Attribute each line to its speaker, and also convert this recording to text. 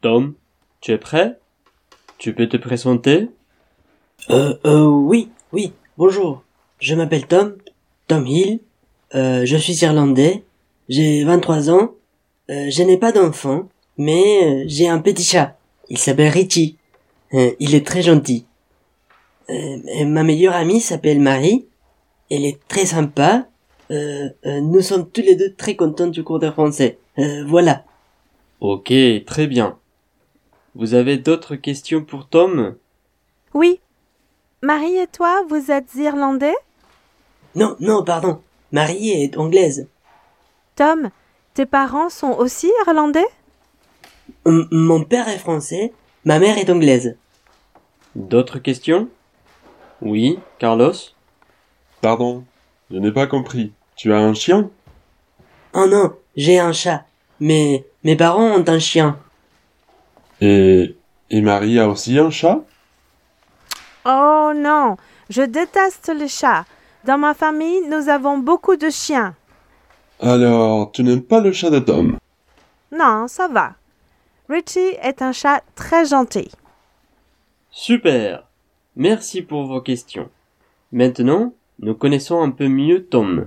Speaker 1: Tom, tu es prêt Tu peux te présenter
Speaker 2: Euh, euh, oui, oui, bonjour. Je m'appelle Tom, Tom Hill. Euh, je suis irlandais. J'ai 23 ans. Euh, je n'ai pas d'enfant, mais euh, j'ai un petit chat. Il s'appelle Richie. Euh, il est très gentil. Euh, et ma meilleure amie s'appelle Marie. Elle est très sympa. Euh, euh, nous sommes tous les deux très contents du cours de français. Euh, voilà.
Speaker 1: Ok, très bien. Vous avez d'autres questions pour Tom
Speaker 3: Oui. Marie et toi, vous êtes irlandais
Speaker 2: Non, non, pardon. Marie est anglaise.
Speaker 3: Tom, tes parents sont aussi irlandais
Speaker 2: M- mon père est français. Ma mère est anglaise.
Speaker 1: D'autres questions Oui, Carlos
Speaker 4: Pardon, je n'ai pas compris. Tu as un chien
Speaker 2: Oh non, j'ai un chat. Mais mes parents ont un chien.
Speaker 4: Et... Et Marie a aussi un chat
Speaker 3: Oh non, je déteste les chats. Dans ma famille, nous avons beaucoup de chiens.
Speaker 4: Alors, tu n'aimes pas le chat de Tom
Speaker 3: Non, ça va. Richie est un chat très gentil.
Speaker 1: Super Merci pour vos questions. Maintenant, nous connaissons un peu mieux Tom.